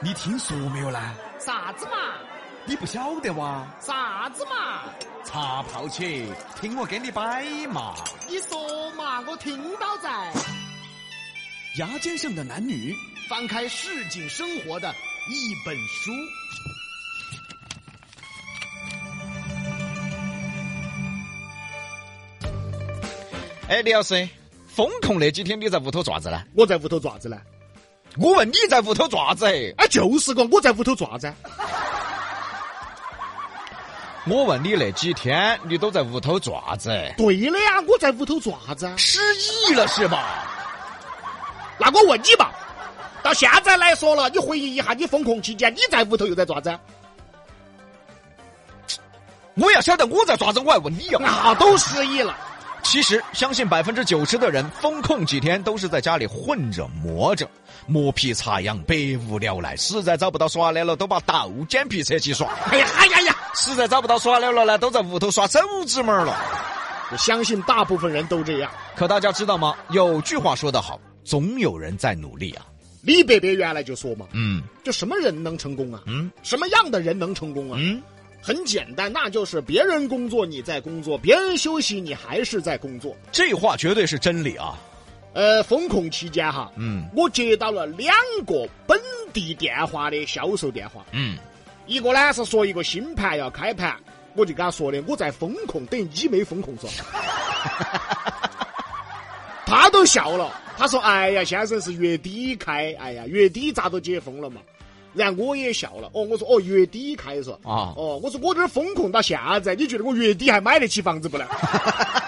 你听说没有呢？啥子嘛？你不晓得哇？啥子嘛？茶泡起，听我给你摆嘛。你说嘛，我听到在。牙尖上的男女，翻开市井生活的一本书，哎，李老师，风控那几天你在屋头做啥子呢？我在屋头做啥子呢？我问你在屋头做啥子？啊，就是个我在屋头做啥子？我问你那几天你都在屋头做啥子？对的呀，我在屋头做啥子？失忆了是吧？那我问你嘛，到现在来说了，你回忆一下，你封控期间你在屋头又在做啥子？我要晓得我在做啥子，我还问你呀、啊那都失忆了。其实，相信百分之九十的人封控几天都是在家里混着磨着，磨皮擦痒，百无聊赖，实在找不到耍的了，都把豆尖皮扯起耍；哎呀哎呀呀！实在找不到耍的了呢，都在屋头耍手指门儿了。我相信大部分人都这样。可大家知道吗？有句话说得好，总有人在努力啊。李伯伯原来就说嘛，嗯就什么人能成功啊？嗯什么样的人能成功啊？嗯，很简单，那就是别人工作你在工作，别人休息你还是在工作。这话绝对是真理啊。呃，封控期间哈，嗯我接到了两个本地电话的销售电话，嗯，一个呢是说一个新盘要开盘，我就跟他说的，我在风控，等于你没风控说。他都笑了，他说：“哎呀，先生是月底开，哎呀，月底咋都解封了嘛。”然后我也笑了，哦，我说哦，月底开说，啊哦，我说我这儿风控到现在，你觉得我月底还买得起房子不呢？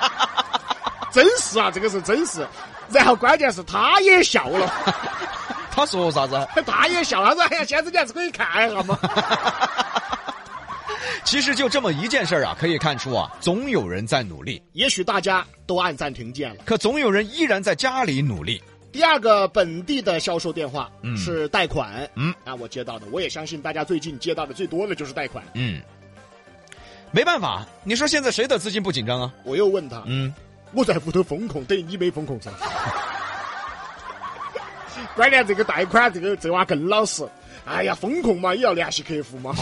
真是啊，这个是真是。然后关键是他也笑了，他说啥子？他也笑，他说：“哎呀，先生你还是可以看一下嘛。”其实就这么一件事儿啊，可以看出啊，总有人在努力，也许大家都按暂停键了。可总有人依然在家里努力。第二个本地的销售电话嗯是贷款，嗯，啊，我接到的，我也相信大家最近接到的最多的就是贷款。嗯，没办法，你说现在谁的资金不紧张啊？我又问他，嗯，我在屋头封控，等于你没封控噻。 关键这个贷款，这个这娃更老实。哎呀，风控嘛，也要联系客 户嘛。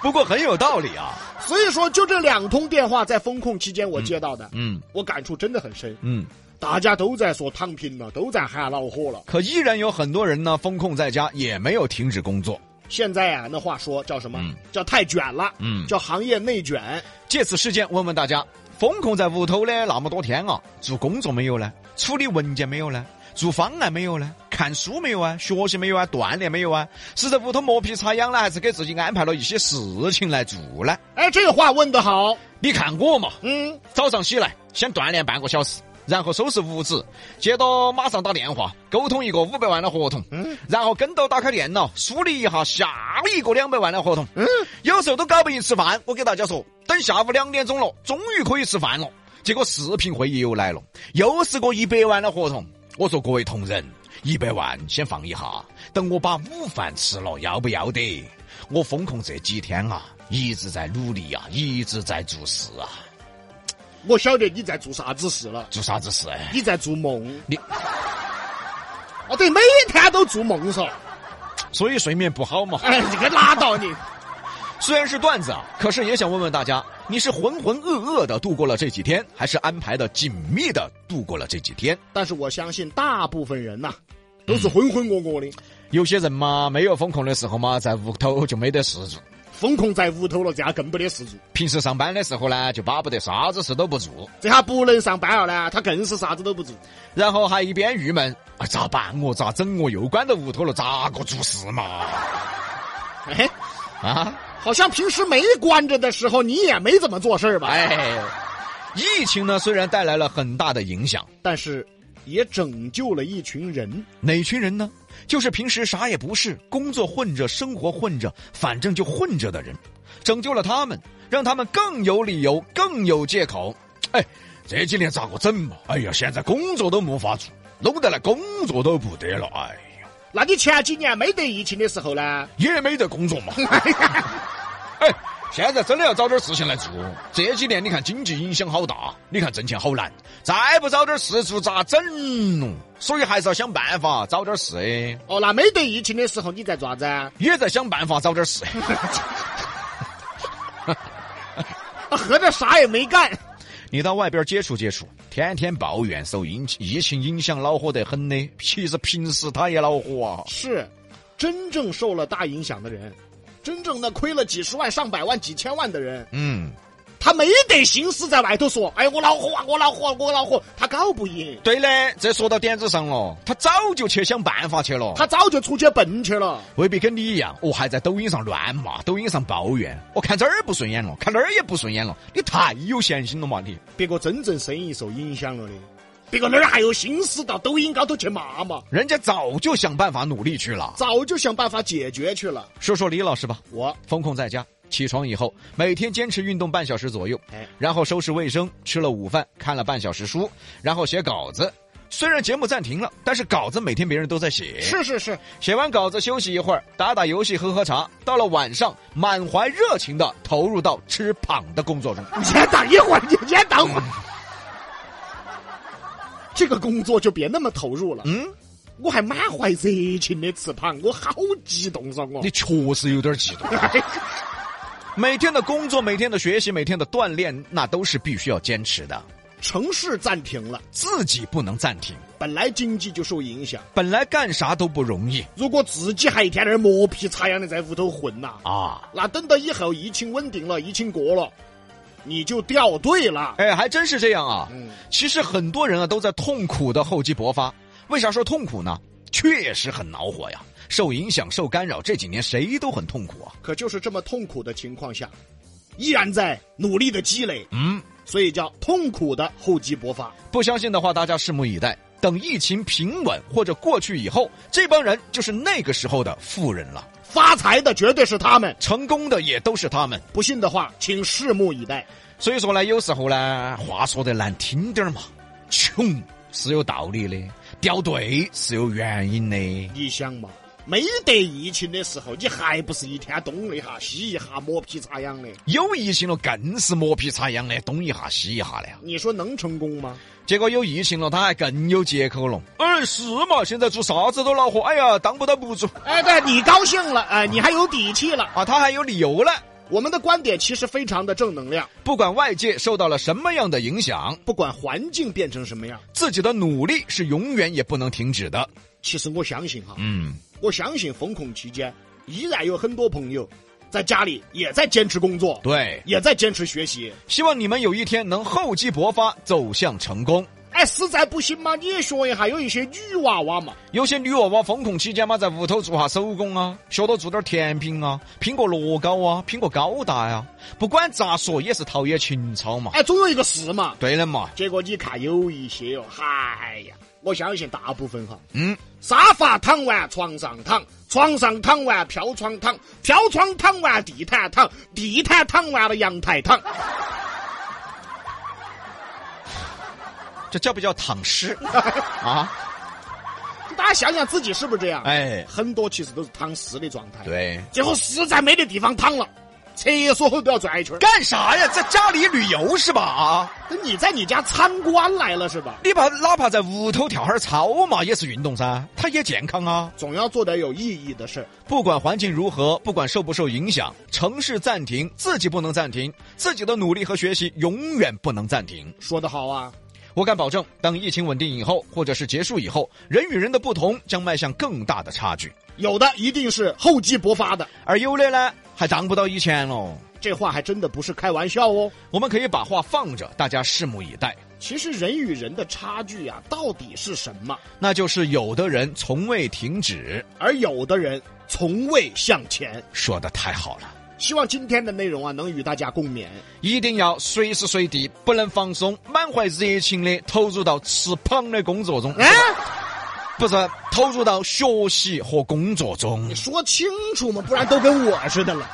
不过很有道理啊。所以说，就这两通电话在风控期间我接到的，嗯我感触真的很深。嗯，大家都在说躺平了，都在喊恼火了。可依然有很多人呢封控在家，也没有停止工作。现在啊，那话说叫什么？嗯叫太卷了，嗯叫行业内卷。借此事件问问大家，封控在屋头的那么多天啊，做工作没有呢？处理文件没有呢？做方案没有呢？看书没有啊？学习没有啊？锻炼没有啊？是在屋头磨皮擦痒呢，还是给自己安排了一些事情来做呢？哎，这话问得好。你看我嘛，嗯，早上起来先锻炼半个小时，然后收拾屋子，接到马上打电话沟通一个五百万的合同，然后跟到打开电脑梳理一下下一个两百万的合同，有时候都搞不赢吃饭。我给大家说，等下午两点钟了，终于可以吃饭了。结果视频会议又来了，又是个一百万的合同。我说各位同仁，一百万先放一下，等我把午饭吃了，要不要得？我风控这几天啊，一直在努力啊，一直在做事啊。我晓得你在做啥子事了，做啥子事？你在做梦。你哦，对，每天都做梦嗦。所以睡眠不好嘛。 哎，这个拉倒你。虽然是段子啊，可是也想问问大家，你是浑浑噩噩的度过了这几天，还是安排的紧密的度过了这几天？但是我相信大部分人呐、都嗯是浑浑噩噩的，有些人嘛，没有风控的时候嘛，在屋头就没得事做；风控在屋头了，这下更没得事做。平时上班的时候呢，就巴不得啥子事都不做，这下不能上班了呢，他更是啥子都不做。然后还一边郁闷啊，咋办我？咋整我？又关到屋头了，咋个做事嘛？哎，啊，好像平时没关着的时候，你也没怎么做事儿吧？哎，疫情呢虽然带来了很大的影响，但是也拯救了一群人。哪群人呢？就是平时啥也不是，工作混着，生活混着，反正就混着的人，拯救了他们，让他们更有理由，更有借口。哎，这几年咋个整嘛？哎呀，现在工作都没法做，弄得来工作都不得了。哎呀，那你前几年没得疫情的时候呢？ 也没得工作嘛。哎，现在真的要找点事情来做。这几年你看经济影响好大，你看挣钱好难，再不找点事做咋整哦？所以还是要想办法找点事，哦，那没得疫情的时候你在做啥子啊？也在想办法找点事。 啊合着啥也没干。你到外边接触接触，天天抱怨受疫疫情影响，恼火得很的。其实平时他也恼火啊。是，真正受了大影响的人，真正那亏了几十万、上百万、几千万的人，嗯，他没得心思在外头说，哎，我恼火啊，我恼火啊，我恼火，他搞不赢，对的，这说到点子上了，他早就去想办法去了。他早就出去奔去了。未必跟你一样，哦，还在抖音上乱骂，抖音上抱怨，我看这儿不顺眼了，看那儿也不顺眼了，你太有闲心了嘛你！别个真正生意受影响了的，别个哪儿还有心思到抖音高头去骂嘛？人家早就想办法努力去了。早就想办法解决去了。说说李老师吧，我风控在家，起床以后每天坚持运动半小时左右，哎然后收拾卫生，吃了午饭，看了半小时书，然后写稿子。虽然节目暂停了，但是稿子每天别人都在写。是是是，写完稿子休息一会儿，打打游戏，喝喝茶。到了晚上，满怀热情的投入到吃胖的工作中。你先等一会儿，你先等会儿。这个工作就别那么投入了。嗯，我还满怀热情的吃胖，我好激动嗦我你。确实有点激动。每天的工作，每天的学习，每天的锻炼，那都是必须要坚持的，城市暂停了，自己不能暂停。本来经济就受影响，本来干啥都不容易如果自己还一天在那儿磨皮擦痒的在屋头混呐、啊！那等到以后疫情稳定了，疫情过了，你就掉队了。哎，还真是这样啊。嗯，其实很多人啊都在痛苦的厚积薄发。为啥说痛苦呢？确实很恼火呀，受影响、受干扰，这几年谁都很痛苦啊。可就是这么痛苦的情况下，依然在努力的积累，嗯，所以叫痛苦的厚积薄发。不相信的话，大家拭目以待。等疫情平稳或者过去以后，这帮人就是那个时候的富人了，发财的绝对是他们，成功的也都是他们。不信的话，请拭目以待。所以说呢，有时候呢，话说得难听点儿嘛，穷是有道理的，掉队是有原因的。你想嘛，没得疫情的时候，你还不是一天东一下西一下磨皮擦痒的？有疫情了，更是磨皮擦痒的，东一下西一下的。啊你说能成功吗？结果有疫情了，他还更有借口了。嗯，是嘛，现在做啥子都恼火。哎呀，当不到不做哎，对你高兴了，哎，你还有底气了。啊，他还有理由呢。我们的观点其实非常的正能量，不管外界受到了什么样的影响，不管环境变成什么样，自己的努力是永远也不能停止的。其实我相信哈，嗯，我相信风控期间，依然有很多朋友在家里也在坚持工作，对，也在坚持学习。希望你们有一天能厚积薄发，走向成功。哎，实在不行嘛，你也学一下，有一些女娃娃嘛，有些女娃娃封控期间嘛，在屋头做下手工啊，学着做点甜品啊，拼个乐高啊，拼个高达呀、不管咋说，也是陶冶情操嘛。哎，总有一个是嘛。对了嘛，结果你看有一些哟、嗨呀，我相信大部分哈，嗯，沙发躺完床上躺，床上躺完飘窗躺，飘窗躺完地毯躺，地毯躺完了阳台躺，这叫不叫躺尸啊？大家想想自己是不是这样？哎，很多其实都是躺尸的状态，，对，最后实在没得地方躺了，厕所后都要转一圈儿。干啥呀？在家里旅游是吧？啊，等你在你家参观来了是吧？你把哪怕在屋头跳哈儿操嘛，也是运动噻，它也健康啊。总要做点有意义的事儿。不管环境如何，不管受不受影响，城市暂停，自己不能暂停，自己的努力和学习永远不能暂停。说得好啊，我敢保证，当疫情稳定以后，或者是结束以后，人与人的不同将迈向更大的差距，有的一定是厚积薄发的，而有的呢，还当不到以前喽。这话还真的不是开玩笑哦。我们可以把话放着，大家拭目以待。其实人与人的差距啊，到底是什么？那就是有的人从未停止，而有的人从未向前。说的太好了。希望今天的内容啊，能与大家共勉。一定要随时随地不能放松，满怀热情的投入到吃胖的工作中，哎，不是投入到学习和工作中你。说清楚嘛，不然都跟我似的了。